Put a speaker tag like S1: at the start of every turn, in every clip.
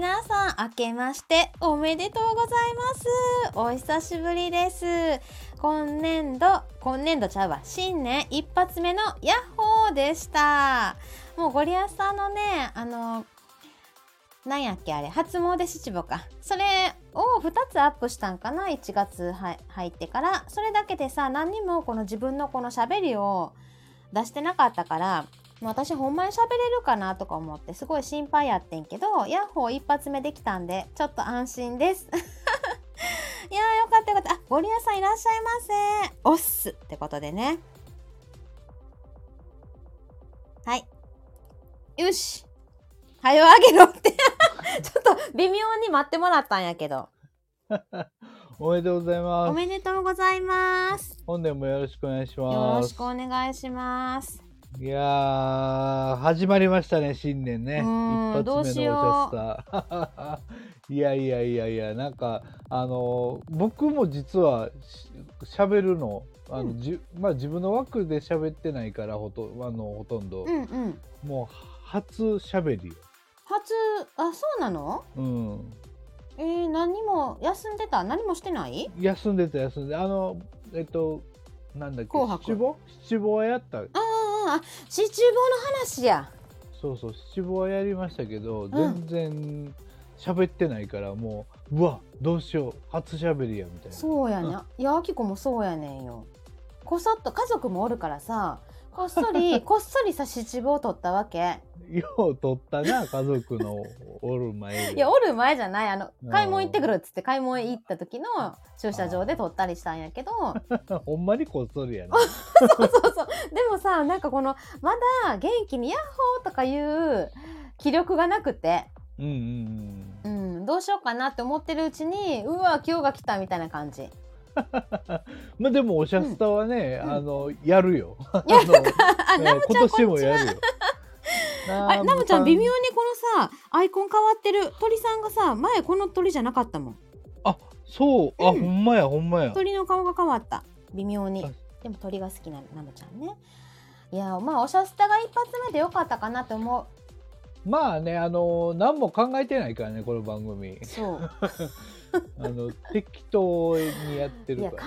S1: 明けましておめでとうございますお久しぶりです今年度今年度ちゃうわ新年一発目のヤッホーでしたもうゴリアスさんのねあのなんやっけあれ初詣七母かそれを2つアップしたんかな1月は入ってからそれだけでさ何にもこの自分のこの喋りを出してなかったからもう私ほんまに喋れるかなとか思ってすごい心配やってんけどヤッホー一発目できたんでちょっと安心です いやーよかったよかったあゴリアさんいらっしゃいませおっすってことでねはいよしはよあげろって ちょっと微妙に待ってもらったんやけど
S2: おめでとうござい
S1: お
S2: ます。
S1: めでとうございます
S2: 本年もよろしくお願いし
S1: よ
S2: ま
S1: ろ
S2: す
S1: しく。お願いします
S2: いやー、始まりましたね、新年ね。
S1: うー
S2: 一
S1: ん
S2: 発目の
S1: ど
S2: お
S1: う
S2: し
S1: しよう
S2: ゃスター。 いやいやいやいや、なんか、あのー、僕も実はし喋るの、あの、
S1: うん
S2: じゅまあ自分の枠で喋ってないから、ほとあのほとんど、
S1: うんうん
S2: もう初喋りよ。
S1: 初あそうなの
S2: うん。
S1: えー、何も休んでた何もしてない
S2: 休んでた休んで、あの、えっと、なんだっけ、
S1: 紅白
S2: 七五七五やった
S1: ああああシチューの話や
S2: そうそう七五はやりましたけど全然喋ってないからもううわどうしよう初喋りやみたいな
S1: そうやねいやあきこもそうやねんよこそっと家族もおるからさこっそ りこっそりさ七五を取ったわけ
S2: よう取ったな家族のおる前で
S1: いやおる前じゃないあの
S2: うん
S1: 買い物行ってくるっつって買い物行った時の駐車場で取ったりしたんやけど
S2: ほんまにこっそりやな
S1: そうそうそうでもさなんかこのまだ元気に「ヤッホー!」とかいう気力がなくて、
S2: うんうんうん
S1: うん、どうしようかなって思ってるうちにうわ今日が来たみたいな感じ
S2: まあでもおしゃスタはね、
S1: うん
S2: あのやるよあ
S1: やる
S2: の
S1: あ、ナムちゃん、
S2: 今年もやるよ
S1: あれ、ナムちゃん、微妙に
S2: に
S1: このさ、アイコン変わってる鳥さんがさ、前この鳥じゃなかったもん。
S2: そうあ、
S1: うん
S2: ほんまやほんまや
S1: 鳥の顔が変わった。微妙に
S2: あ。
S1: でも鳥が好きなナムちゃんね。いや、まあ、おしゃスタが一発目でよかったかなと思
S2: まあねあの何も考えてないからねこの番組
S1: う。 そう。
S2: あの適当にやってる
S1: いや、
S2: から
S1: 考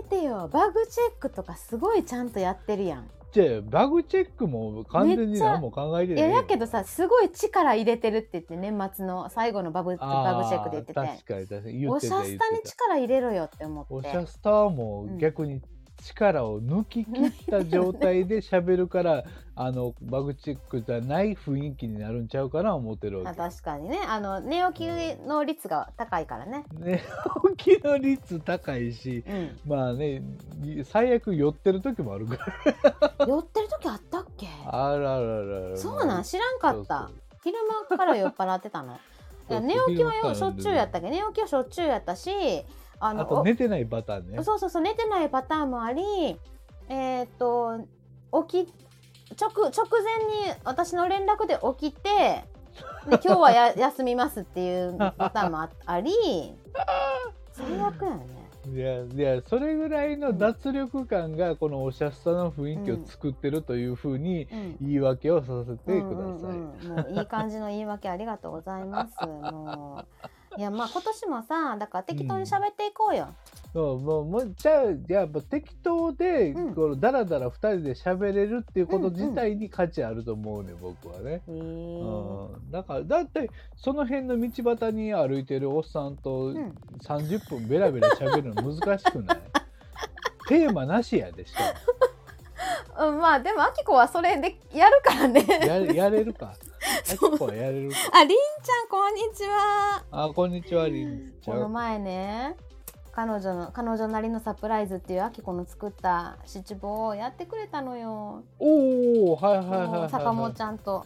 S1: えてよ。バグチェックとかすごいちゃんとやってるやん。
S2: じゃあバグチェックも完全
S1: めっ
S2: に
S1: ちゃ
S2: 何も考えて
S1: い
S2: ない
S1: や、だけどさ、すごい力入れてるって言って、年末の最後のバグ
S2: あー
S1: バグチェックで言ってて。
S2: 確かに確かに言
S1: お
S2: って
S1: したゃ
S2: 言
S1: ス
S2: って
S1: タに
S2: た
S1: 力入れろよって思
S2: お
S1: っ
S2: しゃ
S1: て。
S2: スタはもう逆に力を抜き切った状態で喋 るから、あのバグチェックじゃない雰囲気になるんちゃうかな思ってるわ
S1: あ
S2: け
S1: 確かにね、あの寝起きの率が高いからね。
S2: ね起きの率高いし
S1: うん。
S2: まあね最悪酔ってる時もある から
S1: 酔ってる時あったっけ
S2: あらららら
S1: そうなん知らんかった昼間から酔っ払ってたのい
S2: そ
S1: や
S2: うそう
S1: 寝起きは
S2: 昼間から
S1: よしょっちゅうやったけど寝起きはしょっちゅうやったしあの
S2: あと寝てないパターンね
S1: おそうそうそう寝てないパターンもありえーっと起き直直前に私の連絡で起きて で今日はや休みますっていうパターンもああり最悪やね
S2: いやいやそれぐらいの脱力感がこのおしゃすさの雰囲気を作ってるというふうに
S1: うん
S2: 言い訳をさせてください、
S1: うんうんうん、もういい感じの言い訳ありがとうございます。 もういやまあ今年もさだから適当に喋っていこうよ。
S2: そうもうもうじゃあやっぱ適当で、
S1: うん
S2: このダラダラ2人で喋れるっていうこと
S1: うんうん
S2: 自体に価値あると思うね、僕は
S1: へ
S2: ね。
S1: え
S2: うん、だからだってその辺の道端に歩いてるおっさんと
S1: うん
S2: 30分ベラベラ喋るの難しくない テーマなしやでしか
S1: う
S2: も
S1: ん、まあでもあきこはそれでやるからね。
S2: ややれるかあ
S1: そう
S2: 結構やれるか
S1: ありんちゃんこんにちは。
S2: あこんにちはりんち
S1: こ
S2: ゃん
S1: の前ね彼女の彼女なりのサプライズっていうあきこの作った七五をやってくれたのよ。
S2: おおはいはいはいはい、
S1: も
S2: は
S1: う
S2: い、
S1: 坂本ちゃんと。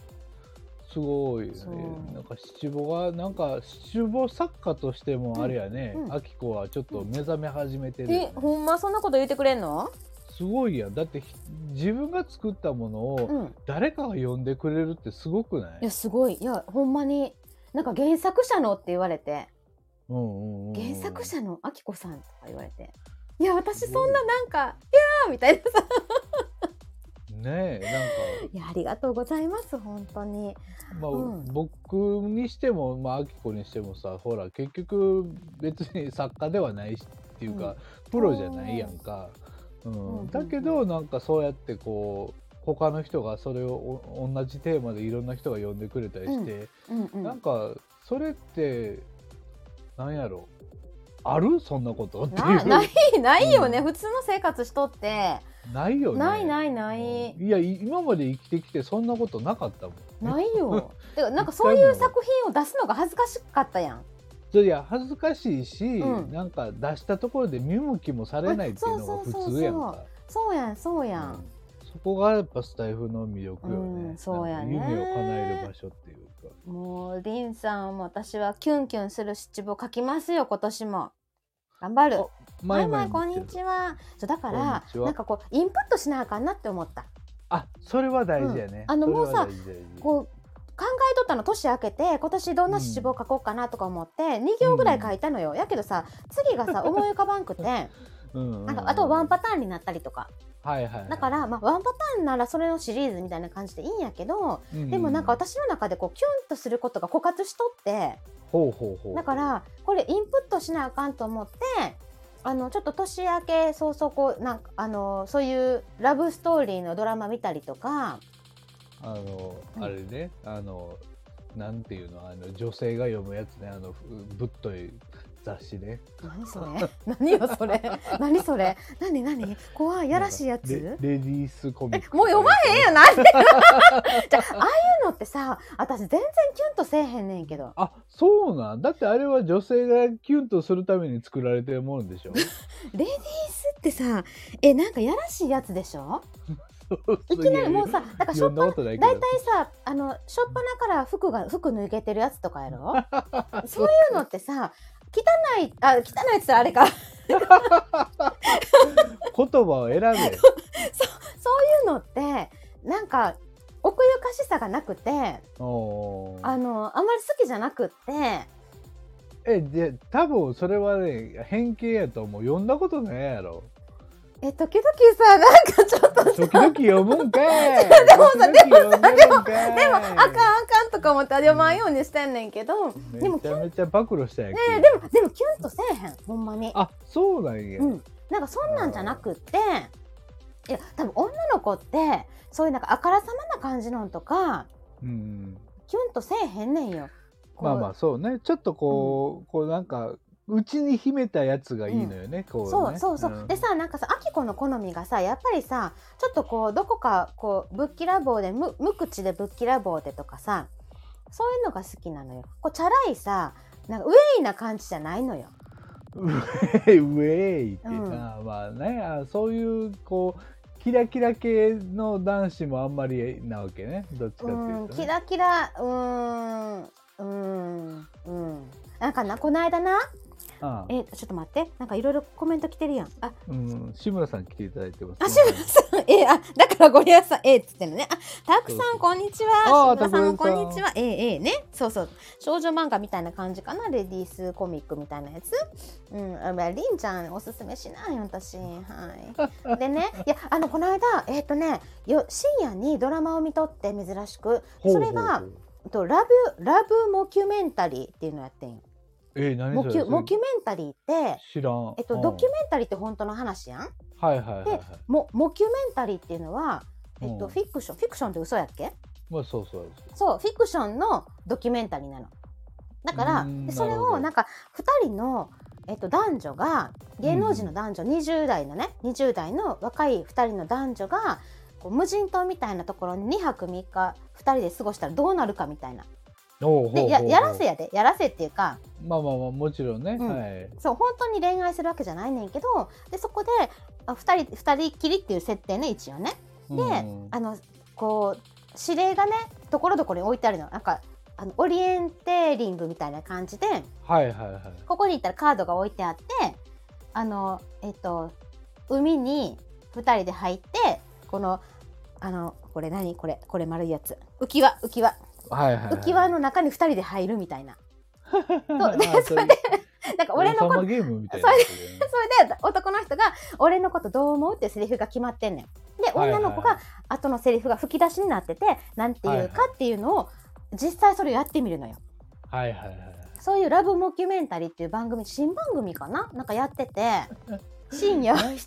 S2: すごい、ね
S1: そう、
S2: なんか七五がなんか七五作家としてもあれやね
S1: うんうん
S2: あきこはちょっと目覚め始めてるよ
S1: え
S2: ね、
S1: ほんまそんなこと言ってくれんの？
S2: すごいやんだってひ自分が作ったもの
S1: う
S2: を
S1: ん。
S2: 誰かが読んでくれるってすごくない
S1: いやすごいいやほんまになんか原作者のって言われて。
S2: うんうんうん
S1: 原作者のあきこさんとか言われて「いや私そんななんかいやー」みたいなさ
S2: ねえ
S1: いやありがとうございます本当に
S2: なんか、まあ
S1: うん
S2: 僕にしてもまああきこにしてもさほら結局別に作家ではないしっていうか、
S1: うん
S2: プロじゃないやんか、う
S1: うんうんん
S2: だけどなんかそうやってこう他の人がそれをお同じテーマでいろんな人が呼んでくれたりして、
S1: うんうん
S2: なんかそれってなんやろあるそんなことってい
S1: な
S2: う
S1: ないないよね、
S2: うん
S1: 普通の生活しとって、
S2: ないよね
S1: ないないない、
S2: いやい今まで生きてきてそんなことなかったもん
S1: ない よてかなんか
S2: 一
S1: そう
S2: 回も
S1: いう作品を出すのが恥ずかしかったやん
S2: そういや恥ずかしいし、
S1: うん
S2: なんか出したところで見向きもされないっていうのが
S1: あそうそうそうそう
S2: 普通やんか
S1: そうやんそうや
S2: うん
S1: ん、
S2: そこがやっぱスタイフの魅力よね、
S1: うんそうやね
S2: なんか夢を叶える場所っていうか
S1: もうりんさんも私はキュンキュンする七五書きますよ今年も頑張る
S2: あ
S1: まいま
S2: 前
S1: いこんにちはそうだから
S2: こんにちは
S1: なんかこうインプットしなあかんなって思った
S2: あそれは大事やね、
S1: うんあのもうさ
S2: それは大事大事
S1: こう考えとったの年明けて今年どんな七五書こうかなとか思って2行ぐらい書いたのよ、やけどさ次がさ思い浮かばんく て
S2: うんうん
S1: なんかあとワン
S2: ッ
S1: パターンになったりとか
S2: はいはいはい
S1: だから、まあ、ワンパターンならそれのシリーズみたいな感じでいいんやけど
S2: うんうん
S1: でもなんか私の中でこうキュンとすることが枯渇しとって
S2: ほうほうほう
S1: だからこれインプットしなあかんと思ってあのちょっと年明け早々こうなんかあのそういうラブストーリーのドラマ見たりとか
S2: あの、
S1: うん
S2: あれねあのなんていうのあの女性が読むやつねあのふぶっとい雑誌ね
S1: 何それ 何よそれ何それ何何怖いやらしいや
S2: レ
S1: つ
S2: レディースコミック
S1: もう読まへんよなんで じゃあああいうのってさ私全然キュンとせえへんねんけど
S2: あそうなんだってあれは女性がキュンとするために作られてるもんでしょ
S1: レディースってさえなんかやらしいやつでしょ いきなりもうさなんかしょっ
S2: 読ん
S1: ぱ
S2: だ
S1: な
S2: ことないけ
S1: 大
S2: ど
S1: 体さあのしょっぱなから服が服脱げてるやつとかやろ そういうのってさ汚いあ汚いって言ったらあれかそう
S2: 言葉を選べ
S1: いうのってなんか奥ゆかしさがなくて
S2: おー
S1: あのあんまり好きじゃなくって
S2: えで多分それはね偏見やと思う読んだことないやろ
S1: え時々さなんかちょっとさ
S2: 時々読むんか
S1: で
S2: い
S1: もさ
S2: 時々読んでるんかい
S1: でもあかんあかんとか思って読まんようにしてんねんけど、でも
S2: めちゃめちゃ暴露したやんけ、
S1: えーでもでもキュンとせえへんほんまに
S2: あそうなんや、
S1: うん、なんかそんなんじゃなくっていや多分女の子ってそういうなんかあからさまな感じのんとか
S2: うん
S1: キュンとせえへんねんよ。こう
S2: まあまあそうねちょっとこう、こうなんかうちに秘めたやつがいいのよね、こうね
S1: そうそうそう、
S2: ん
S1: でさなんかさあきこの好みがさやっぱりさちょっとこうどこかこうぶっきらぼうで無無口でぶっきらぼうでとかさそういうのが好きなのよこうチャラいさなんかウェイな感じじゃないのよ
S2: ウェイウェイってな、まあねあそういうこうキラキラ系の男子もあんまりなわけねどっち
S1: う
S2: かってい
S1: ん
S2: うと、
S1: キ
S2: ね、
S1: ラキラうーんうーんうんなんかなこの間な
S2: ああ
S1: えちょっと待ってなんかいろいろコメント来てるやんあ
S2: うん、志村さん来ていただいてます
S1: あ志村さんえあだからゴリアスさんえっつってんのねあたくさんこんにちは
S2: あー
S1: 志村さんも
S2: 拓郎さん
S1: こんにちはええええねそうそう少女漫画みたいな感じかなレディースコミックみたいなやつうんあまありんちゃんおすすめしない私はいでねいやあのこの間えっ、とねよ深夜にドラマを見とって珍しく
S2: ほう
S1: そ
S2: ほうほう
S1: れがえっとラブラブモキュメンタリーっていうのやってんよ
S2: え何
S1: モ
S2: そ
S1: キ
S2: れ
S1: ュモキュメンタリーって
S2: 知らん
S1: えっと、
S2: うん
S1: ドキュメンタリーって本当の話やん
S2: はいはいはい、はい
S1: で、もモキュメンタリーっていうのは、えっ
S2: う
S1: と、
S2: ん
S1: フィクションフィクションって嘘やっけ
S2: まあそうそう
S1: そうフィクションのドキュメンタリーなのだか
S2: う
S1: ら
S2: ん
S1: でそれ
S2: なるほ
S1: を
S2: ど
S1: なんか2人の、えっと、男女が芸能人の男女、20代のね20代の若い2人の男女がこう無人島みたいなところに2泊3日2人で過ごしたらどうなるかみたいな
S2: ほうほうほ
S1: で
S2: う
S1: ややらせやでやらせっていうか
S2: まあまあまあもちろんね、
S1: うん
S2: はい
S1: そう本当に恋愛するわけじゃないねんけどでそこであ2人二人っきりっていう設定ね一応ね
S2: で、
S1: であのこう指令がねところどころに置いてあるのなんかあのオリエンテーリングみたいな感じで
S2: はいはいはい
S1: ここに行ったらカードが置いてあってあのえっと海に2人で入ってこのあのこれ何これこれ丸いやつ浮き輪浮き輪
S2: はいはいはい
S1: 浮き輪の中に2人で入るみたいな
S2: そう
S1: ねそ れでなんか俺のこと
S2: 王様 ゲームみたいなやつだよね
S1: それで男の人が「俺のことどう思う?」ってセリフが決まってんねん。で
S2: はい
S1: 女の子が後のセリフが吹き出しになっててなんていうかっていうのを実際それをやってみるのよ。
S2: はいはいはい
S1: そういうラブモキュメンタリーっていう番組新番組かななんかやって て深夜
S2: なんか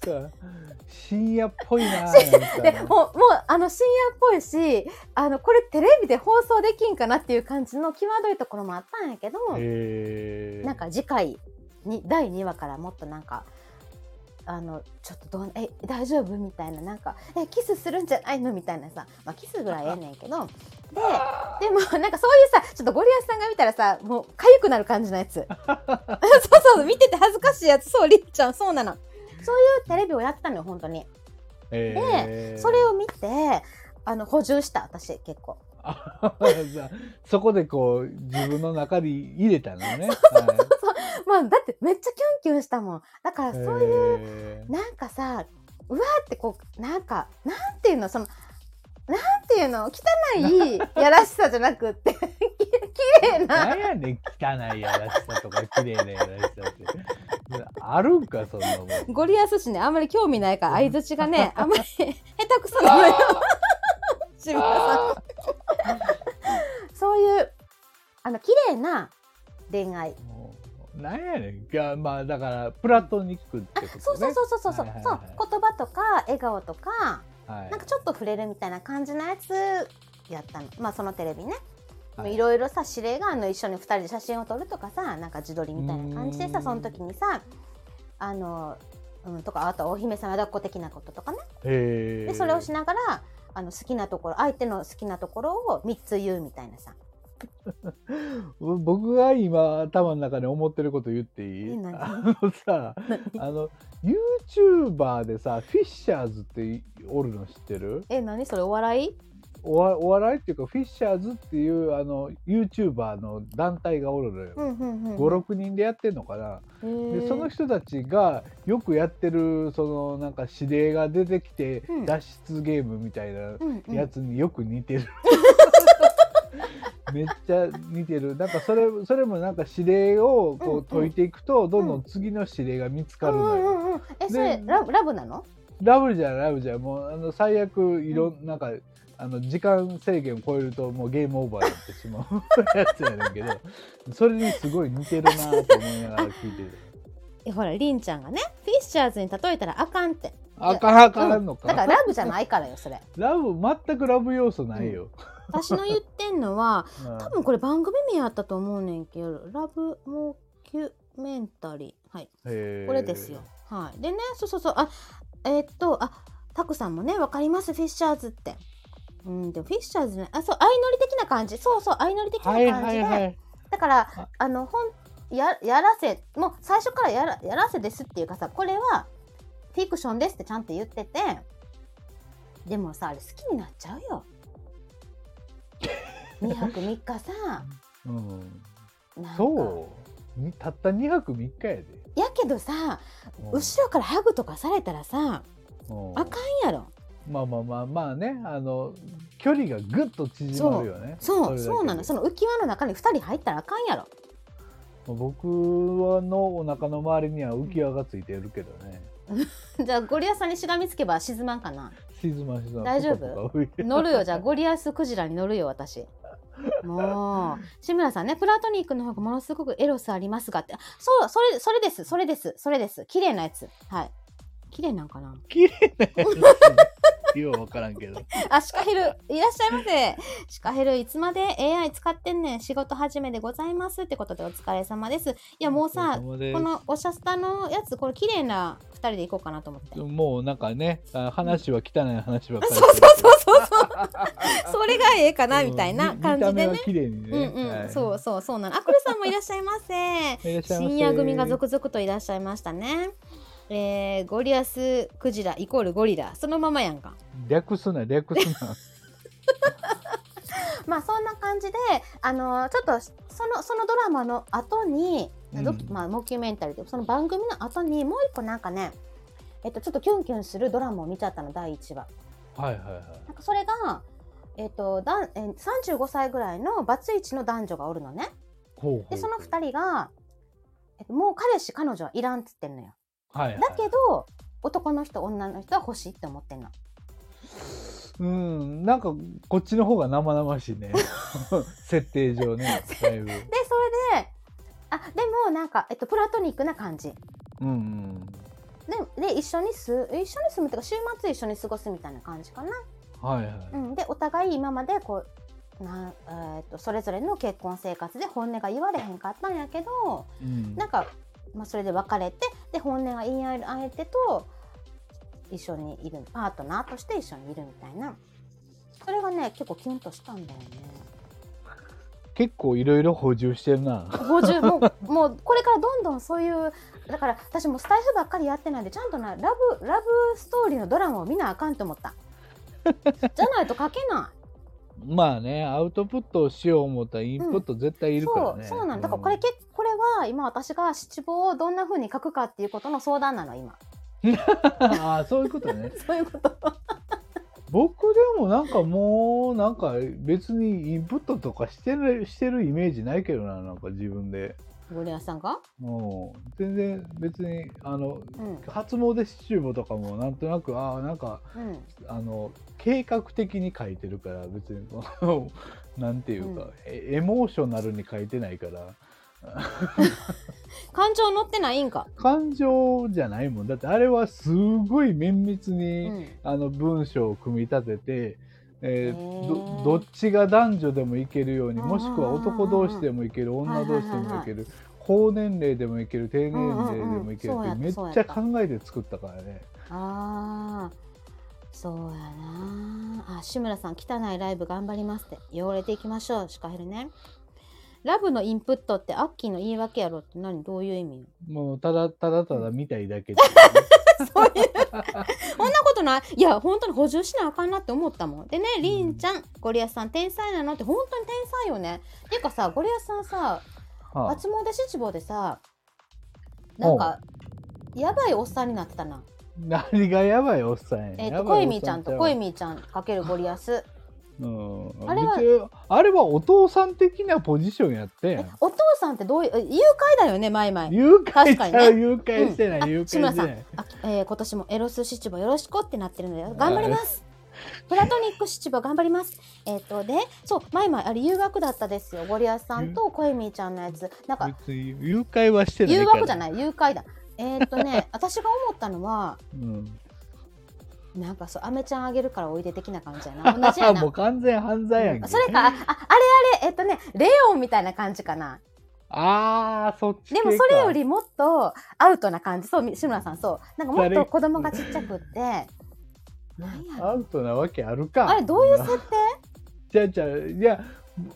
S2: 深夜っぽ いな
S1: で
S2: なんか
S1: もうもうあの深夜っぽいしあのこれテレビで放送できんかなっていう感じの際どいところもあったんやけど、
S2: へー
S1: なんか次回に第2話からもっとなんかあのちょっとどうえ大丈夫みたいななんかえキスするんじゃないのみたいなさ、まあ、キスぐらいええねんけどででもなんかそういうさちょっとゴリアスさんが見たらさもう痒くなる感じのやつそうそう見てて恥ずかしいやつそうりっちゃんそうなのそういうテレビをやってたのよ本当に
S2: へー
S1: そ れを見てあの補充した私結構
S2: あじゃあそこでこう自分の中に入れたの ね。
S1: まあだってめっちゃキュンキュンしたもんだからそういう
S2: いう。
S1: なんかさうわーってこうなんかなんていうのそのなんていうの汚いやらしさじゃなくって き綺麗な
S2: なんやねん汚いやらしさとか綺麗なやらしさって。あるんかそんなもん。
S1: ゴリアス氏ねあんまり興味ないから相づちが ねあんまり下手くそなのよ志村さんそういうあの綺麗な恋愛
S2: もうなんやねん。いやまあだからプラトニックってことね。
S1: そうそうそうそうそうそう、
S2: はいはい
S1: そ
S2: は
S1: う
S2: い
S1: 言葉とか笑顔とか
S2: はい
S1: なんかちょっと触れるみたいな感じのやつやったのまあそのテレビね
S2: はい
S1: いろいろさ指令があの一緒に2人で写真を撮るとかさなんか自撮りみたいな感じで
S2: うー
S1: さ
S2: ん
S1: その時にさあの、うん、とかあとお姫様抱っこ的なこととかね
S2: へー
S1: でそれをしながらあの好きなところ相手の好きなところを3つ言うみたいなさ
S2: 僕が今頭の中で思ってること言っていい
S1: え何
S2: あのさあの YouTuber でさフィッシャーズっておるの知ってる
S1: え何それお笑い
S2: おわお笑いっていうかフィッシャーズっていうあの YouTuber の団体がおるのよ、
S1: うんうんうん
S2: 56人でやってんのかな、
S1: へー
S2: でその人たちがよくやってるそのなんか指令が出てきて
S1: うん
S2: 脱出ゲームみたいな
S1: うんうん
S2: やつによく似てる。 めっちゃ似てる。なんかそれそれもなんか指令を
S1: うんう
S2: こ
S1: ん
S2: う解いていくとどんどん次の指令が見つかる
S1: う
S2: の
S1: んう
S2: よ。
S1: んうんえそれ
S2: で
S1: ラブラブなの
S2: ラブじゃんラブじゃんもうあの最悪いろんなんかあの時間制限を超えるともうゲームオーバーになってしまうやつやねんけ ど、それにすごい似てるなと思いながら聞いてる。
S1: えほらりんちゃんがねフィッシャーズに例えたらあかんって
S2: あかんあかんの
S1: だから
S2: か。
S1: ラブじゃないからよそれ
S2: ラブ全くラブ要素ないよ。
S1: 私の言ってんのは
S2: うん
S1: 多分これ番組名やったと思うねんけど「ラブモキュメンタリー」はいこれですよ。。はい、でねそうそうそうあえーっとあタクさんもね分かりますフィッシャーズって。うん、でもフィッシャーズねあそう相乗り的な感じそうそう相乗り的な
S2: は
S1: 感じ
S2: い
S1: で、
S2: はいはい。
S1: だから
S2: あ
S1: あの本ややらせもう最初からやらやらせですっていうかさこれはフィクションですってちゃんと言っててでもさあれ好きになっちゃう よ。2泊3日さ
S2: うん。
S1: なんか
S2: そうにたった2泊3日やで
S1: やけどさ
S2: うん
S1: 後ろからハグとかされたらさ
S2: うん
S1: あかんやろ
S2: まあまあまあまあねあの距離がぐっと縮まるよね
S1: そう
S2: れだけで
S1: そうなのその浮き輪の中に2人入ったらあかんや ろ
S2: 僕はのお腹の周りには浮き輪がついてるけどね
S1: じゃあゴリアスさんにしがみつけば沈まんかな
S2: 静まし
S1: 大丈夫乗るよじゃあ
S2: あ
S1: ゴリアスクジラに乗るよ私もう志村さんねプラトニックの方がものすごくエロスありますがってあそうそれそれですそれですそれです綺麗なやつはい綺麗なんかな
S2: 綺麗なやつよう分からん けど
S1: あ、シカヘル、いらっしゃいませ。シカヘル、いつまで AI 使ってんねん。仕事始めでございます。ってことでお疲れ様です。いや、もうさ、
S2: お疲れ様です
S1: このおしゃスタのやつ、これ綺麗な2人で行こうかなと思って。そう
S2: もうなんかねあ話は汚い話ばっかり
S1: そうそう。それがええかな、みたいな感じで
S2: 見た目は
S1: ね。
S2: 綺麗に
S1: う
S2: ね
S1: んうん、
S2: はい
S1: そうそうそうなの。あ、クルさんもいらっしゃいませ。
S2: いらっしゃいませ
S1: 深夜組が続々といらっしゃいましたね。えー、ゴリアスクジライコールゴリラそのままやんか
S2: 略すな略す な
S1: まあそんな感じで、あのちょっとそのそのドラマの後に、ドキ
S2: うん
S1: まあモキュメンタリーでその番組の後にもう一個なんかね、えっとちょっとキュンキュンするドラマを見ちゃったの第一話。
S2: はいはいはい
S1: なんかそれが。えっと、だんえ三十五歳ぐらいのバツイチの男女がおるのね。
S2: ほうほうほう
S1: でその二人が、えっと、もう彼氏彼女はいらんっつってんのよ。
S2: はいはい
S1: だけど男の人女の人は欲しいって思ってんの。
S2: うんなんかこっちの方が生々しい ね設定上ねだいぶ
S1: でそれであでもなんか、えっと、プラトニックな感じで
S2: うん
S1: で一緒に住む一緒に住むっていうか週末一緒に過ごすみたいな感じかな、
S2: うんはいはい、
S1: うん、でお互い今までこうな、えーっとそれぞれの結婚生活で本音が言われへんかったんやけど
S2: うん
S1: なんか、まあ、それで別れてで本音が言い合える相手と一緒にいるパートナーとして一緒にいるみたいなそれがね結構キュンとしたんだよね。
S2: 結構いろいろ補充してるな
S1: 50もうもうこれからどんどんそういうだから私もスタイフばっかりやってないんでちゃんとなラブラブストーリーのドラマを見なあかんと思ったじゃないと書けな
S2: まあねアウトプットをしよう思ったらインプット絶対
S1: い
S2: いるからね、
S1: そうそうなのだからこれ、けこれは今私が七望をどんな風に書くかっていうことの相談なの今
S2: ああそういうことね
S1: そういう こと
S2: 僕でもなんかもうなんか別にインプットとかしてるしてるイメージないけどななんか自分で
S1: ゴリアスさんが
S2: もう全然別にあの
S1: うん
S2: 初詣シチューボとかもなんとなくああなんか
S1: うん
S2: あの計画的に書いてるから別に このなんていうか、
S1: うん
S2: えエモーショナルに書いてないから
S1: 感情乗ってないんか
S2: 感情じゃないもんだってあれはすごい綿密
S1: う
S2: に、
S1: ん
S2: あの文章を組み立てて、え
S1: へ
S2: ー
S1: ー
S2: どどっちが男女でもいけるように
S1: うん
S2: もしくは男同士でもいける女同士でもいける高年齢でもいける低年齢でもいける
S1: うんうん
S2: って
S1: うん
S2: めっ
S1: そうや
S2: ちゃ考えて作ったからね
S1: ああそうやなあ志村さん汚いライブ頑張りますって汚れていきましょうシカヘルねラブのインプットってアッキーの言い訳やろって何どういう意味よ
S2: もうただただただ見たい だけで、
S1: そういうそんなことないいや本当に補充しなあかんなって思ったもんでねりんちゃんゴリアスさん天才なのって本当に天才よねていうかさゴリアスさんさ
S2: は
S1: 初詣七望でさなんかやばいおっさんになってたな
S2: あ、何がやばいおっさんやねん
S1: えっ、
S2: や
S1: と
S2: ば
S1: コ
S2: い
S1: イ
S2: おっ
S1: ミーちゃ
S2: さ
S1: ん
S2: ち
S1: と
S2: う
S1: コイミーちゃんかけるゴリアス
S2: うん、
S1: あ
S2: あ
S1: れ
S2: れ
S1: は
S2: はあれはお父さん的なポジションやって
S1: え
S2: ん
S1: お父さんってどういうえ誘拐だよね毎々
S2: 誘拐
S1: 確
S2: ち
S1: か
S2: ゃ
S1: に
S2: う、
S1: ね
S2: 誘拐してない、
S1: うんあ
S2: 誘拐して
S1: 志村さん
S2: ない
S1: あ、えー今年もエロス七五よろしくってなってるので頑張りますプラトニック七五頑張りますえっ、とでそう毎々あれ誘惑だったですよゴリアスさんとコイミーちゃんのやつなんか
S2: 別に誘拐はしてない
S1: 誘
S2: から
S1: 惑じゃない誘拐だえっ、と ね私が思ったのは
S2: うん
S1: なんかそうアメちゃんあげるからおいで的な感じや な同じやな
S2: もう完全犯罪やんけ、
S1: それかあああれあれえっ、とねレオンみたいな感じかな
S2: あーそっち
S1: でもそれよりもっとアウトな感じそうみ志村さんそうなんかもっと子供がちっちゃくってなんやろ
S2: アウトなわけあるか
S1: あれどういう設定
S2: じゃじゃいや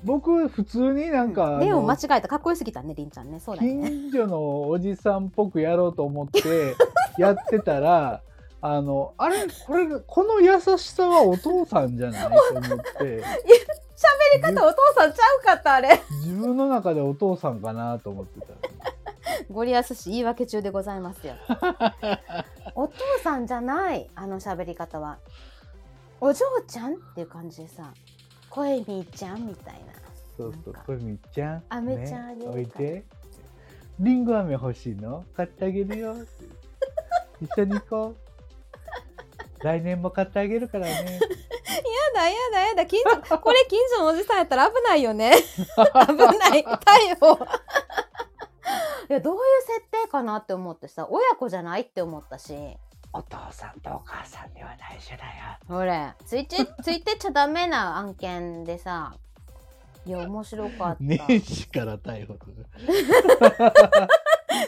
S2: 僕普通になんか、あの
S1: レオン間違えたかっこよすぎたねりんちゃんねそうだよね
S2: 近所のおじさんっぽくやろうと思って やってたらあのあれこれこの優しさはお父さんじゃないと思って
S1: 喋り方お父さんちゃうかったあれ
S2: 自分の中でお父さんかなと思ってた
S1: ゴリアス氏言い訳中でございます よお父さんじゃないあの喋り方はお嬢ちゃんっていう感じでさ声みーちゃんみたいな
S2: そうそ
S1: なん
S2: う
S1: か
S2: これみっちゃん
S1: あめちゃんあげ
S2: ね、
S1: る
S2: おいてりんご飴欲しいの買ってあげるよ一緒に行こう来年も買ってあげるか らね
S1: やだやだやだ近所これ近所のおじさんやったら危ないよね 危ない逮捕いやどういう設定かなって思ってさ親子じゃないって思ったし
S2: お父さんとお母さんでは内緒だ よ
S1: ほれついてついてっちゃダメな案件でさいや面白かった、
S2: 年始から逮捕する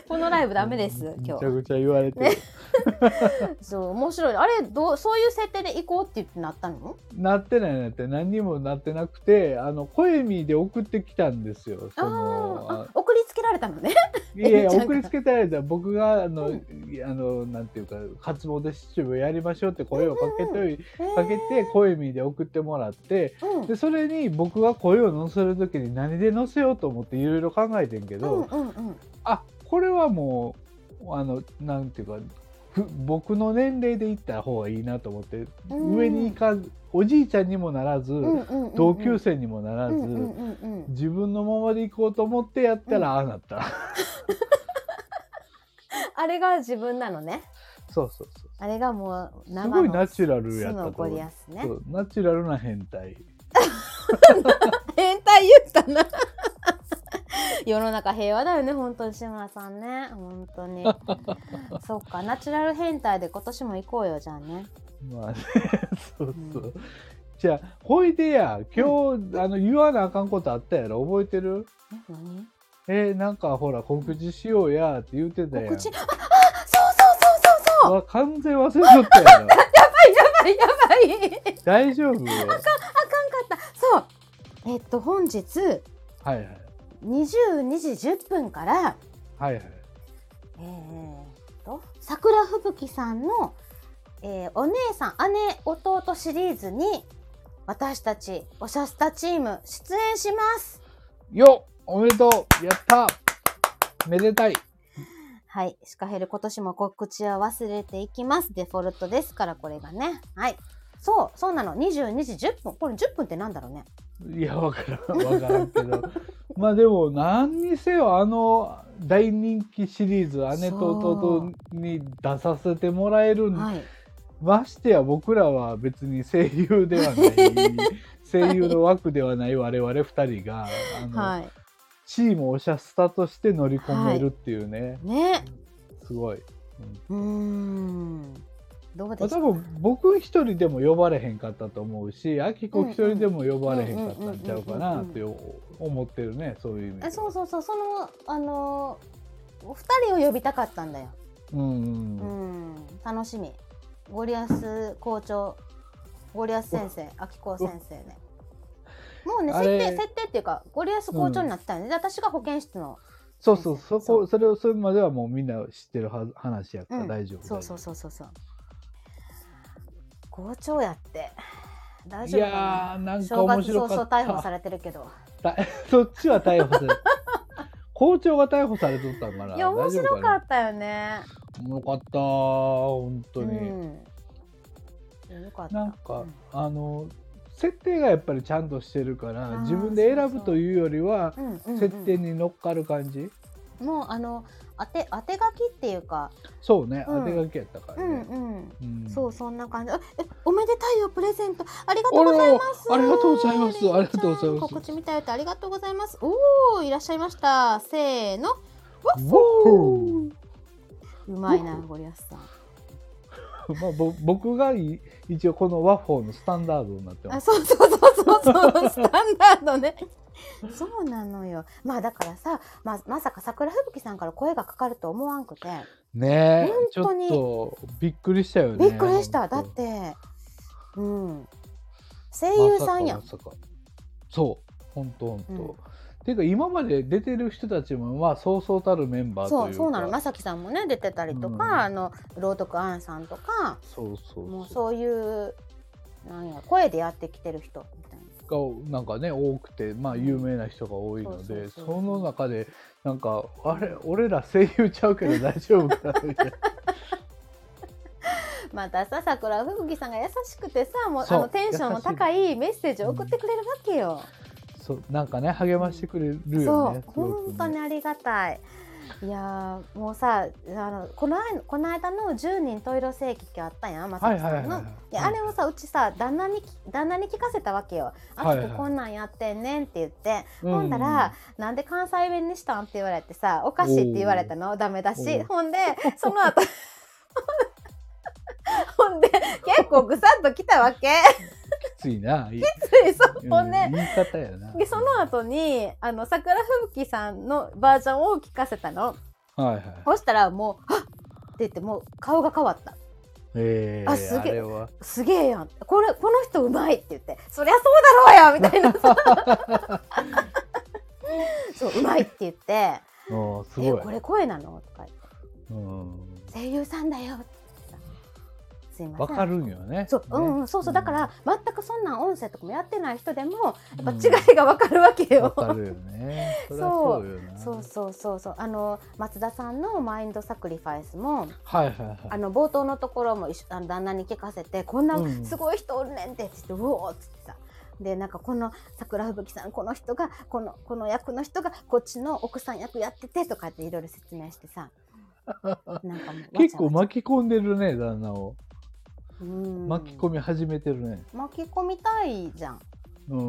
S1: このライブダメです
S2: めち
S1: 今
S2: ゃ
S1: 日
S2: くちゃ言われてる、
S1: そう面白いあれどうそういう設定で行こうって言ってなったの
S2: なってないなって何にもなってなくてあの声見で送ってきたんですよそ
S1: あ
S2: の
S1: ーあ送りつけられたのね
S2: いやい
S1: え
S2: や
S1: じゃあ
S2: 送りつけたらじゃあ僕があの、
S1: う
S2: あのなんていうか初詣シチューをやりましょうって声をかけて、
S1: うんへー
S2: かけて声見で送ってもらって
S1: うん
S2: でそれに僕が声を載せる時に何で載せようと思っていろいろ考えてんけど、
S1: うんうんうん
S2: あこれはもうあのなんていうかふ僕の年齢で行った方がいいなと思って、
S1: うん
S2: 上に行かずおじいちゃんにもならず、
S1: うんうんうん
S2: 同級生にもならず、
S1: うんうんうんうん
S2: 自分のままで行こうと思ってやったらああなった。
S1: あれが自分なのね。
S2: そうそうそう
S1: あれがもう
S2: す
S1: 生
S2: ごい
S1: の
S2: ナチュラルや
S1: 素
S2: ったと
S1: の
S2: 思
S1: ゴ
S2: う
S1: リアスね
S2: そうナチュラルな変態
S1: 変態言ったな 世の中平和だよね本当に志村さんね本当 にそっかナチュラル変態で今年も行こうよじゃあね
S2: まあね そうそう、じゃあほいでや今日、あの言わなあかんことあったやろ覚えてる
S1: え何
S2: えー、なんかほら告知しようやって言ってたやん
S1: 告知ああそうそうそうそうそう
S2: わ完全忘れとった
S1: や
S2: やろ
S1: ばいやばい
S2: 大丈夫
S1: そうえっと本日
S2: はいはい
S1: 22時10分から
S2: はいはい
S1: えーっと桜吹雪さんの、えーお姉さん姉弟シリーズに私たちおしゃスタチーム出演します
S2: よっおめでとうやっためでたい
S1: はいシカヘル今年も告知は忘れていきますデフォルトですからこれがねはいそうそうなの22時10分これ10分ってなんだろうね
S2: いやわからんわからんけど まあでも何にせよあの大人気シリーズ「姉と弟」に出させてもらえるんだ
S1: はい
S2: ましてや僕らは別に声優ではない 声優の枠ではない我々2人があの、
S1: は
S2: チームおしゃスタとして乗り込めるっていうね、
S1: いね
S2: すごい。
S1: うー
S2: うん
S1: んどう
S2: ま
S1: で
S2: あ、
S1: した
S2: 多分僕一人でも呼ばれへんかったと思うしあきこ一人でも呼ばれへんかったんちゃうかなって思ってるねそういう意味で
S1: あ
S2: は
S1: そうそうそうそのあのお二人を呼びたかったんだよ
S2: うん
S1: う
S2: うん
S1: ん楽しみゴリアス校長ゴリアス先生秋子先生ねもうね
S2: あ
S1: 設
S2: れ
S1: 定設定っていうかゴリアス校長になってたんで、で私が保健室の
S2: そうそうそこ
S1: そう
S2: それをそれまではもうみんな知ってるは話やから
S1: うん
S2: 大丈夫、
S1: そうそう
S2: 大丈
S1: そうそうそう校長やって
S2: 夫
S1: 大
S2: い
S1: 丈夫か
S2: やーな
S1: なん
S2: か
S1: 正
S2: 面
S1: 月
S2: 白
S1: 早
S2: か
S1: 々
S2: っ
S1: 逮捕さ
S2: た
S1: れてるけど
S2: た そっちは逮捕され校長が逮捕されとったんから
S1: いや面白
S2: 大丈
S1: か
S2: 夫な
S1: ったよね
S2: 面白かった本当に、
S1: うん、よかった
S2: なんか、
S1: うん
S2: あの設定がやっぱりちゃんとしてるから
S1: ー
S2: 自分で選ぶというよりは
S1: うんうんうん
S2: 設定に乗っかる感じ、
S1: もうあの当て当て書きっていうか、
S2: そうね、
S1: うん
S2: 当て書きやったから
S1: うん
S2: ね、
S1: うん、
S2: うん
S1: そうそんな感じ。ええおめでたいよプレゼントありがと
S2: あ
S1: うござい
S2: ら
S1: ます。
S2: ありがとうございます
S1: りんちゃん
S2: ありがとうございます
S1: 告知みたいってありがとうございます。おおいらっしゃいました。せーの。わっ
S2: ほ
S1: ほーうまいなゴリアスさん。
S2: まあ、ぼ僕がい一応このワッフォーのスタンダードになってま
S1: あ
S2: す。
S1: そうそうそうそう そうスタンダードね。そうなのよ。まあだからさ、まあ、まさか桜吹雪さんから声がかかると思わんくて、
S2: ねえち
S1: 本当に
S2: ょっとびっくりしたよね。
S1: びっくりした。だ
S2: 本
S1: って、うん、声
S2: 当
S1: 優さんやん
S2: ま。さかまさかそう本当本当。
S1: うん
S2: っていうか今まで出てる人たちもまあそうそうたるメンバーという
S1: そ
S2: か
S1: うそうなのまさきさんもね出てたりとか、
S2: うん
S1: あの朗読あんさんとか
S2: そうそう
S1: もう
S2: そう
S1: そういうなんや声でやってきてる人みたいな。
S2: がなんかね多くてまあ有名な人が多い
S1: う
S2: ので、
S1: んそうそうそう
S2: その中でなんかあれ俺ら声優ちゃうけど大丈夫かなみ たいな
S1: またさ桜吹雪さんが優しくてさもう
S2: そ
S1: あ
S2: う
S1: のテンションの高いメッセージを送ってくれるわけよ。
S2: そうなんかね励ましてくれるよ
S1: そ
S2: ね
S1: う
S2: すごくね
S1: 本当にありがたい。いやーもうさあのこの間この間の10人十色正規あったやんまさきさ
S2: はい
S1: ん
S2: はい
S1: の
S2: はいはい。
S1: であれをさうちさ旦那にき旦那に聞かせたわけよ。あ
S2: はい
S1: き
S2: はい
S1: ここんなんやってんねんって言って。
S2: うん
S1: ほんだら、なんで関西弁にしたんって言われてさ、おかしいって言われたの、ダメだ
S2: お
S1: し
S2: ー。
S1: ほんで、その後、 ほんで、結構ぐさっときたわけ。
S2: きついな。き
S1: そう ほんで、
S2: 言い方やな。
S1: でその後に、あの、桜吹雪さんのバージョンを聞かせたの。
S2: はいはい。
S1: そしたら、もう、はっって言って、もう顔が変わった。
S2: えー、
S1: あすげえ
S2: あれは
S1: すげえやん。これ、この人うまいって言って、そりゃそうだろうよみたいなさ。 そう、うまいって言って、
S2: うんす
S1: え、
S2: ごい。
S1: これ声なのとか言って。
S2: うん
S1: 声優さんだよってさすいません
S2: わかるんよね。
S1: そう,、うん
S2: ね
S1: うん、そうそうだから全くそんなん音声とかもやってない人でもやっぱ
S2: うん
S1: 違いがわかるわけ
S2: わ
S1: よ、
S2: かるよ ね。そりゃそうよな。
S1: そうそうそうそうあの松田さんの「マインドサクリファイスも」
S2: はいはいは
S1: あ
S2: い。
S1: の冒頭のところも一緒あの旦那に聞かせて「こんな
S2: うん
S1: すごい人おるねん」ってって言って「うおー」っつってさでなんかこの桜吹雪さんこの人が このこの役の人がこっちの奥さん役やっててとかっていろいろ説明してさなんかもうわちゃわちゃ
S2: 結構巻き込んでるね旦那を
S1: うん
S2: 巻き込み始めてるね
S1: 巻き込みたいじゃん
S2: うん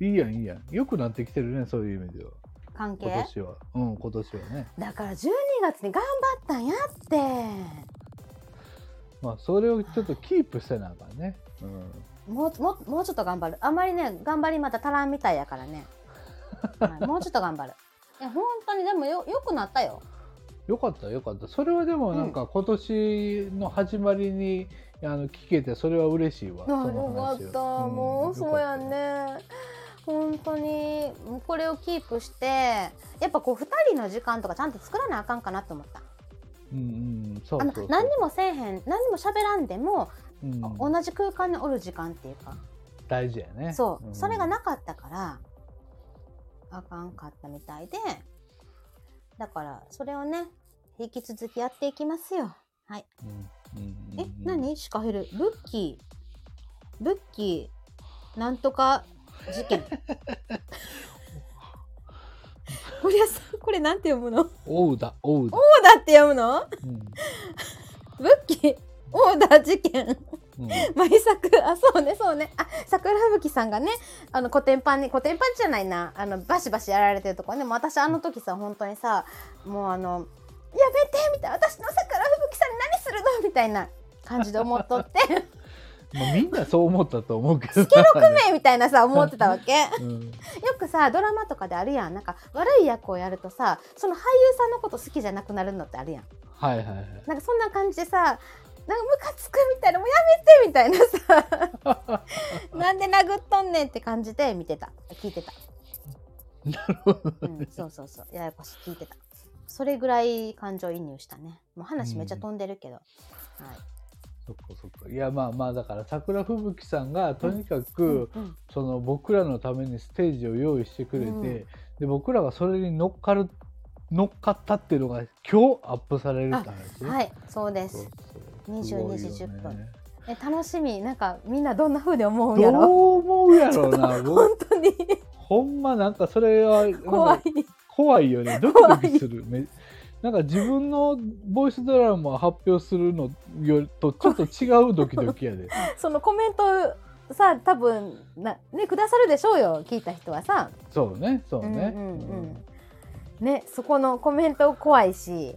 S2: いいやんいいやんよくなってきてるねそういう意味では
S1: 関
S2: 今
S1: 係
S2: 年はうん今年はね
S1: だから12月に頑張ったんやって
S2: まあそれをちょっとキープせなあかんねうん
S1: もうもうもうちょっと頑張るあんまりね頑張りまた足らんみたいやからね、はいもうちょっと頑張る いや本当にでもよよくなったよ
S2: よかったよかったそれはでもなんか今年の始まりに、あの聞けてそれは嬉しいわ
S1: あ
S2: その話
S1: よか
S2: は
S1: った、
S2: ん
S1: もうそうやん
S2: よかっ
S1: ね本当にもうこれをキープしてやっぱこう2人の時間とかちゃんと作らなあかんかなと思った
S2: たうんうんそ
S1: あ
S2: うそ
S1: の
S2: うそう
S1: 何にもせえへん何にも喋らんでも、
S2: うん、
S1: 同じ空間におる時間っていうか
S2: 大事やね
S1: そう、
S2: ん
S1: それがなかったからあかんかったみたいでだからそれをね引き続きやっていきますよはい
S2: うんうんうんうん
S1: え、何シカヘルブッキーブッキーなんとか事 件これさこれなんて読むのオー
S2: おうだおうだ
S1: ダって読むのブッキーオーダー事件
S2: うんうん
S1: マイサクあそうねそうねあ桜吹雪さんがねあのコテンパンにコテンパンじゃないなあのバシバシやられてるとこねもう私あの時さ本当にさもうあの「やめて」みたいな「私の桜吹雪さんに何するの?」みたいな感じで思っとって 「
S2: まあ、みんなそう思ったと思うけどな。
S1: ねえみたいなさ思ってたわけ。
S2: うん
S1: よくさドラマとかであるやんなんか悪い役をやるとさその俳優さんのこと好きじゃなくなるのってあるやん
S2: はいはいはい。
S1: なんかそんな感じでさなんかムカつくみたいなもうやめてみたいなさ なんで殴っとんねんって感じで見てた聞いてた
S2: なるほど。
S1: うん、そうそうそうややこしい聞いてたそれぐらい感情移入したねもう話めっちゃ飛んでるけど、はい
S2: そっかそっか。いやまあまあだから桜吹雪さんがとにかく、
S1: うん
S2: その僕らのためにステージを用意してくれて、
S1: うん
S2: で僕らがそれに乗っかる乗っかったっていうのが今日アップされるって話。。
S1: はいいそうです22時10分
S2: ね。
S1: え楽しみなんかみんなどんな風で思うんや
S2: ど
S1: ろ
S2: う思うやろうな。
S1: 本
S2: 僕
S1: 当に
S2: ほんまなんかそれはなんか
S1: 怖い
S2: 怖いよねドキドキするめなんか自分のボイスドラマを発表するのよりとちょっと違うドキドキ やで
S1: そのコメントさ多分なねくださるでしょうよ聞いた人はさ、
S2: そうねそうね
S1: うんうんうんねそこのコメント怖いし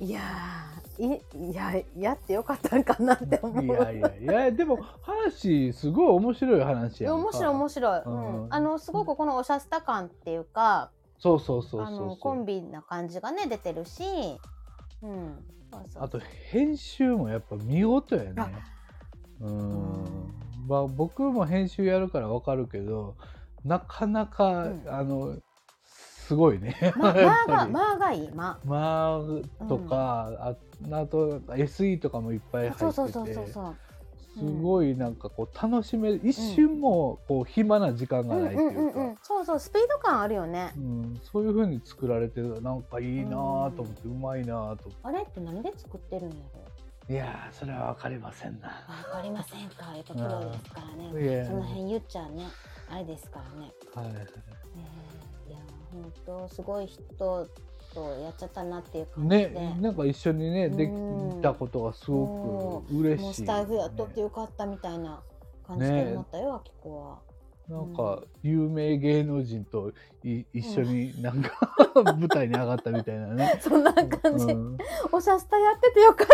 S1: うんいやーいいややってよかったんかなって思
S2: うん
S1: う
S2: いやいやいやでも話すごい面白い話やんか
S1: 面白い面白い、うん
S2: うん
S1: あのすごくこのおしゃスタ感っていうか
S2: そうそうそう
S1: あの
S2: そう
S1: コ
S2: そ
S1: ン
S2: う
S1: ビな感じがね出てるし、うん、そうそうそう
S2: あと編集もやっぱ見事やね
S1: あ
S2: うんまあ僕も編集やるからわかるけどなかなか、
S1: うん
S2: あのすごいね
S1: ま
S2: やっ
S1: まあが
S2: ぱり
S1: まあがいいま
S2: マーとか、ああとなんか SE とかもいっぱい入
S1: あ
S2: ってて
S1: そうそうそうそうそう
S2: すごいなんかこう楽しめる一瞬もこう暇な時間がないっていうか、
S1: そうそうスピード感あるよね
S2: うんそういうふうに作られてるなんかいいなぁと思って、うまいなぁと思っ
S1: あれって何で作ってるんやろ
S2: ていやーそれは分かりませんな。
S1: わかりませんかやっぱプロですから
S2: い
S1: ね
S2: や
S1: その辺言っちゃねあれですからね、
S2: はい、
S1: えーいや本当すごい人とやっちゃったなっていう感じで、
S2: ねなんか一緒にねできたことがすごく嬉しい、
S1: もうスタイフやっとってよかったみたいな感じで思ったよ、あきこは。
S2: なんか有名芸能人とい一緒になんか、 舞台に上がったみたいな ね。
S1: そんな感じ、
S2: うん
S1: おしゃスタやっててよかっ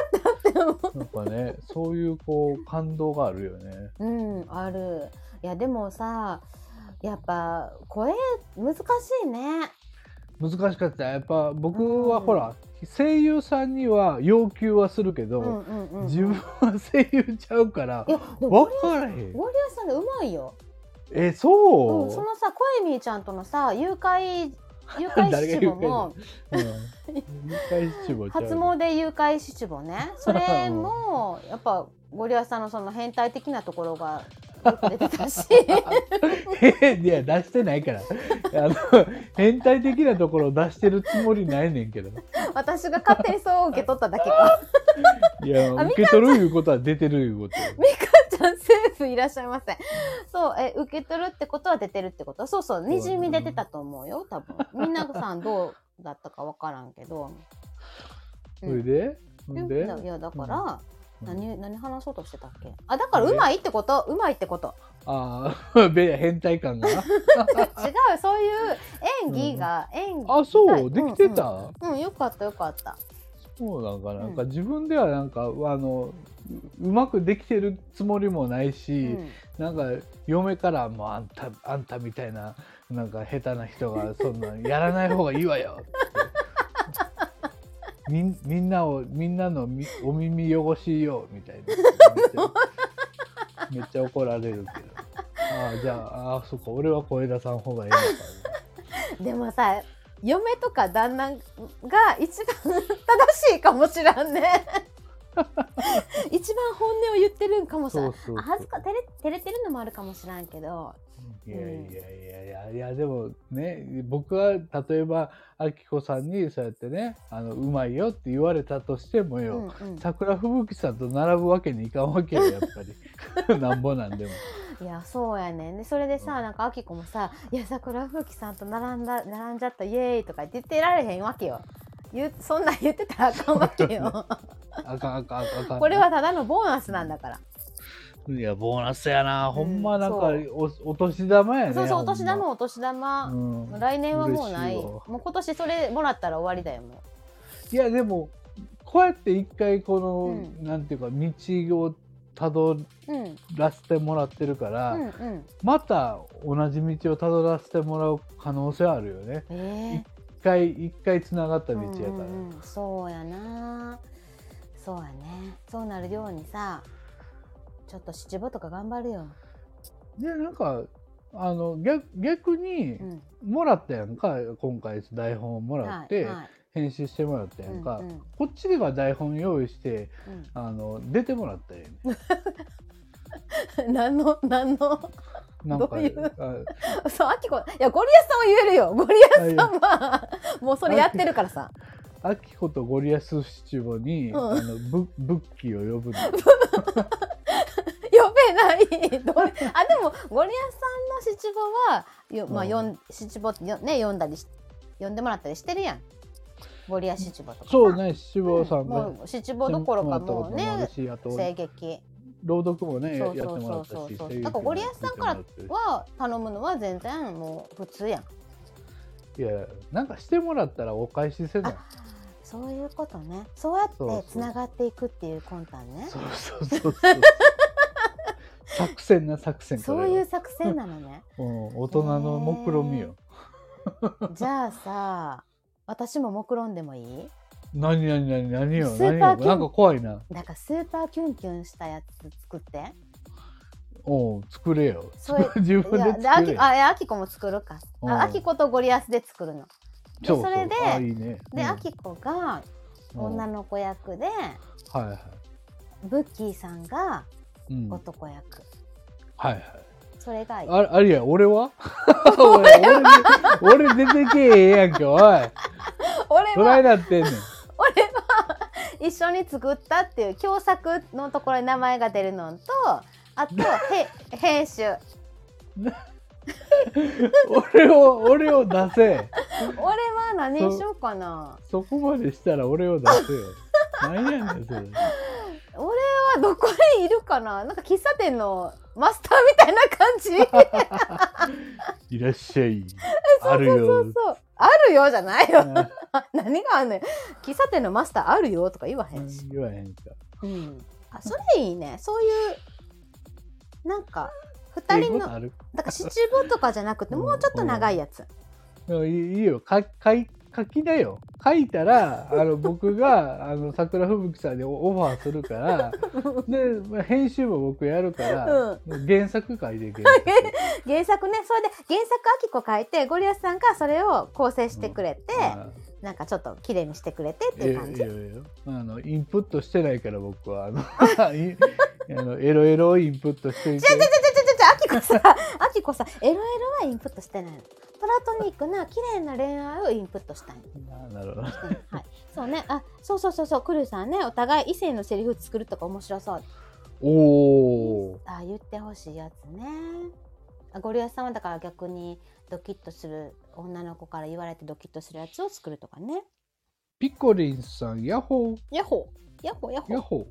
S1: たって思う。
S2: なんかね、そういうこう感動があるよね。
S1: うん、ある。いや、でもさ、やっぱ声難しいね。
S2: 難しかった。やっぱ僕
S1: う
S2: は
S1: ん
S2: ほら、声優さんには要求はするけ
S1: う
S2: ど、
S1: んうんうん。
S2: 自分は声優ちゃうから
S1: い、や、でも
S2: わ
S1: ゴ
S2: からへん
S1: リ。アさんでうまいよ。
S2: え、そう
S1: うん、そのさ、コエミーちゃんとのさ、誘拐、誘拐
S2: 誰が
S1: 七
S2: 誘
S1: 五
S2: 拐な
S1: も
S2: の、うん。 一回一望ちゃう
S1: 初詣誘拐七五ね。それも、やっぱゴリアさんのその変態的なところがよく出てた し。
S2: え いや出してないからあの変態的なところを出してるつもりないねんけど
S1: 私が勝手にそう 受け取っただけか。
S2: いや受け取るいうことは出てるいうこと
S1: みかちゃん、セーすいらっしゃいませ。そう、え、受け取るってことは出てるってことそうそう、にじみ出てたと思うよ、多分。みんなさんどうだったかわからんけど。
S2: それで、、
S1: うんん、
S2: で、
S1: いや、だから、
S2: うん
S1: 何、何話そうとしてたっけあ、だから、うまいってこと、うまいってこと。
S2: ああ、 べ変態感が。
S1: 違う、そういう演技が、演技。
S2: あ、そ
S1: は
S2: う、
S1: い
S2: できてた。
S1: うんうん、よかった、よかった。
S2: そうなんか
S1: う
S2: な
S1: ん
S2: なんか自分ではなんかあのううまくできてるつもりもないうし、
S1: ん
S2: なんか嫁からもうあんたあんたみたいななんか下手な人がそんなんやらない方がいいわよってみんみんなをみんなのみお耳汚しようみたいなめっちゃめっちゃ怒られるけどああじゃああーそっか俺は小枝さん方がいいのか
S1: でもさ嫁とか旦那が一番正しいかもしらんね一番本音を言ってるんかもしれ
S2: そ
S1: ん
S2: うそうそう
S1: 恥ずか照れ照れてるのもあるかもしらんけど
S2: いやいやいやいやいやでもね僕は例えばあきこさんにそうやってねあのうまいよって言われたとしても
S1: うん
S2: よ、
S1: うん
S2: 桜吹雪さんと並ぶわけにいかんわけよやっ ぱりなんぼなんでも
S1: いやそうやねんでそれでさ、
S2: う
S1: なんかあきこもさ「いや桜吹雪さんと並んだ並んじゃったイエーイ」とか言ってられへんわけよ言うそんなん言ってたらあかんわ けよ
S2: あかんあかんあかんあかん
S1: これはただのボーナスなんだから
S2: いやボーナスやなほんまなんか、
S1: うん
S2: おお年玉やね
S1: そうそうお
S2: ほんま
S1: 年玉お年玉、
S2: うん
S1: 来年はもうない
S2: 嬉しいわ
S1: もう今年それもらったら終わりだよもう
S2: いやでもこうやって一回こ
S1: う
S2: の、なんていうか道をたど
S1: うん、
S2: らせてもらってるから、
S1: うんうん
S2: また同じ道をたどらせてもらう可能性あるよね
S1: ええ
S2: 一回一回つながった道やか
S1: う
S2: ら、
S1: んうんうんそうやなそうやねそうなるようにさちょっと七分とか頑張るよ、
S2: でなんかあの逆逆に
S1: うん、
S2: もらったやんか今回台本をもらって、
S1: はいはい
S2: 編集してもらったやんか、
S1: うんうん
S2: こっちでは台本用意して
S1: うん
S2: あの出てもらったやん、ね、
S1: 何の何の
S2: なん
S1: ど
S2: か
S1: ういう
S2: あ
S1: そうあきこいやゴリアスさんは言えるよゴリアスさんはもうそれやってるからさ
S2: アキコとゴリアス七五
S1: う
S2: に、
S1: ん
S2: あのブブッキーを 呼ぶの
S1: 呼べない どうあでもゴリアスさんの七分はよ、まあ、
S2: うん
S1: よん七分ってよね読んだりし読んでもらったりしてるやんゴリアス七分とか
S2: そうね七五さんが、
S1: もう七分どころかもうね
S2: してもらったこともあ
S1: 声
S2: るし
S1: 劇
S2: あと朗読もねや
S1: そう
S2: や
S1: そう
S2: ってもらった
S1: そう
S2: し
S1: そう
S2: 声優
S1: だからゴリアスさんから
S2: もやってもらっ
S1: は頼むのは全然もう普通やん
S2: たしいやなんかしてもらったらお返しせない
S1: そういうことねそうや
S2: そうそ
S1: っ
S2: う
S1: てつながっていくっていう魂胆ね
S2: そうそうそうそう作戦な作戦
S1: そういう作戦なの ね
S2: うん、大人の目論みよ
S1: じゃあさ私も目論んでもいい
S2: 何何何何よ
S1: ス
S2: 何
S1: ーパー
S2: よ
S1: キン
S2: なんか怖いな
S1: だからスーパーキュンキュンしたやつ作って
S2: おう作れよ
S1: そうい
S2: 自
S1: い
S2: 分
S1: や
S2: で
S1: であ
S2: 作れ
S1: き
S2: よ
S1: あいやあきこも作るか
S2: うん
S1: ああきことゴリアスで作るので
S2: そうう
S1: それで
S2: あいいね
S1: で
S2: うん
S1: あきこが
S2: うん
S1: 女の子役で
S2: はいは
S1: ブッキーさんが
S2: い、うん、はい
S1: 男役
S2: はい
S1: それがいい
S2: あありや 俺は俺俺俺出てけえへんやんけおい
S1: 俺
S2: どないなってんねん
S1: 俺は一緒に作ったっていう共作のところに名前が出るのとあ とへ編集
S2: 俺を俺を出せ
S1: 俺は何にしようかな
S2: そこまでしたら俺を出せよ何やねんそれ
S1: 俺はどこにいるかななんか喫茶店のマスターみたいな感じそう
S2: いらっし ゃい あるよ
S1: そうそうあるよじゃないよ
S2: あ
S1: 何があんのよ 喫茶店のマスターあるよとか言わへんし、
S2: 言わへんか
S1: うん、あそれいいねそういうなんか2人の
S2: えある
S1: だから七分とかじゃなくてもうちょっと長いやつ
S2: でもいいいいよかかい書きだよ書い たらあの僕があの桜吹雪さんにオファーす るからでまあ編集も僕やるから、
S1: うん
S2: 原作書いて 原作
S1: 原作ねそれで原作あきこ書いてゴリアスさんがそれを構成してくれて、
S2: あ
S1: なんかちょっと綺麗にしてくれてって
S2: い
S1: いう
S2: や
S1: 感
S2: い
S1: じ、
S2: やいやあのインプットしてないから僕はあの いあのエロエロをインプットしていて
S1: ちょちょちょちょちょちょあきこさ あきこさエロエロはインプットしてないのプラトニックな綺麗な恋愛をインプットしたいの
S2: あなるほど
S1: はいそうねあそうそうそうそうクルーさんねお互い異性のセリフ作るとか面白そう
S2: おお。
S1: あ言ってほしいやつねあゴリアスさんはだから逆にドキッとする女の子から言われてドキッとするやつを作るとかね
S2: ピコリンさん、ヤッホー、
S1: ヤッホーヤッホーヤッホ
S2: ヤッ
S1: ー
S2: ホ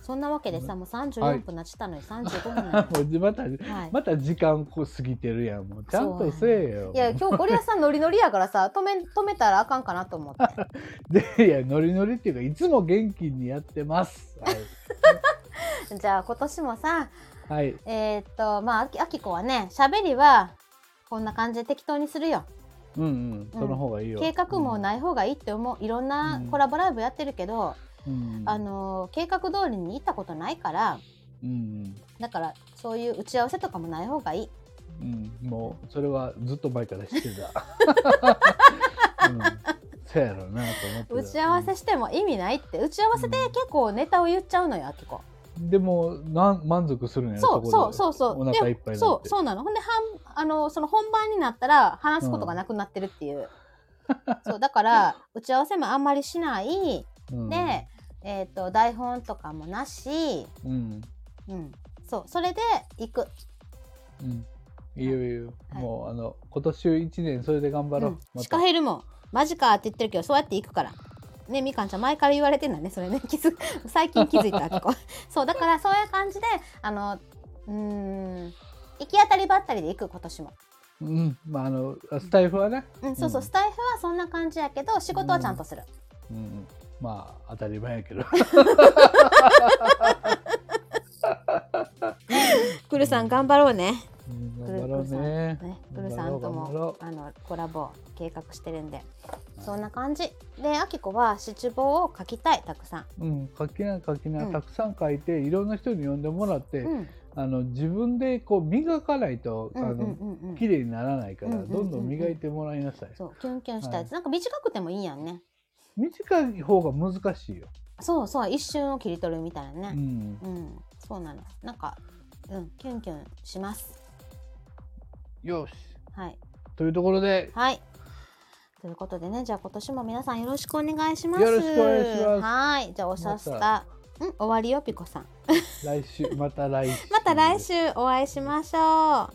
S1: そんなわけでさもう
S2: はい
S1: 34分なっちゃったのに35分なの よ
S2: ー。もうまた、
S1: はい、
S2: また時間こう過ぎてるやん。もうちゃんとせえよ。
S1: いや今日ゴリアスさんノリノリやからさ止め止めたらあかんかなと思って
S2: で、いや、ノリノリっていうか、いつも元気にやってます。
S1: じゃあ今年もさ
S2: はい。はい、
S1: えーっとまああきあきこはね喋りはこんな感じで適当にするよ
S2: うんうん、その方がいいよ。
S1: 計画も
S2: い。
S1: ない方がいいって思ういろんな
S2: うん
S1: コラボライブやってるけど、
S2: うん、
S1: あ、の計画通りに行ったことないから
S2: うん
S1: だからそういう打ち合わせとかもない方がいい
S2: うん、うん、もう、それはずっと前から知って た。うん、そうやろうなと思ってた。
S1: 打ち合わせしても意味ないって打ち合わせで結構ネタを言っちゃうのよあきこ
S2: うんでも、なん、満足するんやろ
S1: そうそう
S2: う。
S1: そうそう
S2: お腹いっぱいになって
S1: でそうそうなのほんで半あのその本番になったら話すことがなくなってるっていう、 そうだから打ち合わせもあんまりしない
S2: うん、
S1: で、えっ、と台本とかもなし
S2: うん。
S1: うんそうそれで行く
S2: うん。いいよいいよ。
S1: はい
S2: もうあの今年一年それで頑張ろう。
S1: うん、
S2: ま
S1: シ
S2: た
S1: カヘルもマジかって言ってるけどそうやって行くからねみかんちゃん前から言われてんだねそれね 気づ最近気づいた結構 そうだからそういう感じであのうーん行き当たりばったりで行く今年も、
S2: うん。まああのスタイフはね。
S1: うん、そうそう、
S2: うん
S1: スタイフはそんな感じやけど仕事はちゃんとする、
S2: うんうん。まあ当たり前やけど。
S1: くるさん頑張ろうね
S2: うん
S1: くる
S2: 頑張ろうね。
S1: くるさんねくるさんと
S2: 頑張ろ
S1: も
S2: う
S1: あのコラボを計画してるんでそんな感じであきこは七チュボを書きたいたくさん、
S2: うん。書きな書きな、
S1: うん
S2: たくさん書いていろんな人に読んでもらって、
S1: うん、
S2: あの自分でこう磨かないと、
S1: うんうん
S2: あ
S1: う
S2: の
S1: んうん
S2: 綺麗にならないから、
S1: うんうんうんうん
S2: どんどん磨いてもらいなさい。
S1: そうキュンキュンしたやつ、
S2: は
S1: なんか短くてもいいやんね
S2: 短い方が難しいよ。
S1: そうそう一瞬を切り取るみたいなね
S2: うん。
S1: うん、そうなのなんかうんキュンキュンします
S2: よし。
S1: はい
S2: というところで
S1: はいということでねじゃあ今年も皆さんよろしくお願いします
S2: よろしくお願いします
S1: はいじゃあおしゃスタ、
S2: ま
S1: うん終わりよピコさん
S2: 来週また来週。
S1: また来週お会いしましょうは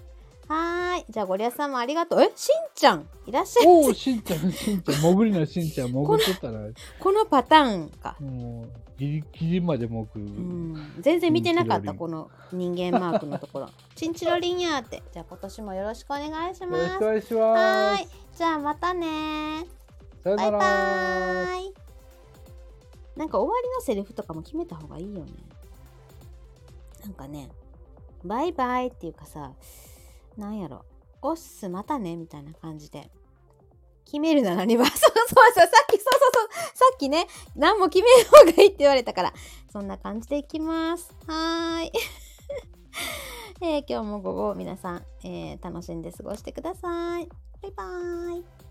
S1: ーいじゃあゴリアスさんもありがとうえしんちゃんいらっしゃい
S2: おお、しんちゃん、しんちゃん、潜りのしんちゃん、潜っとったな。
S1: このパターンか
S2: もう、ギリギリまで潜る。
S1: うん全然見てなかっ
S2: チンチロ
S1: た
S2: リン
S1: この人間マークのところチンチロリンやーってじゃあ今年もよろしくお願いし
S2: よ
S1: ま
S2: ろし
S1: す
S2: くお願いし
S1: は
S2: ま
S1: ーい
S2: す。。
S1: じゃあまたね。
S2: さよ
S1: バイ
S2: なら。
S1: バーイ。なんか終わりのセリフとかも決めた方がいいよね。なんかね、バイバイっていうかさ、なんやろ、おっすまたねみたいな感じで。決めるならには、 そうそうそう、さっき、そうそうそう、さっきね、何も決める方がいいって言われたから、そんな感じでいきます。はーい。 えー今日も午後皆さん、えー楽しんで過ごしてください。バイバーイ。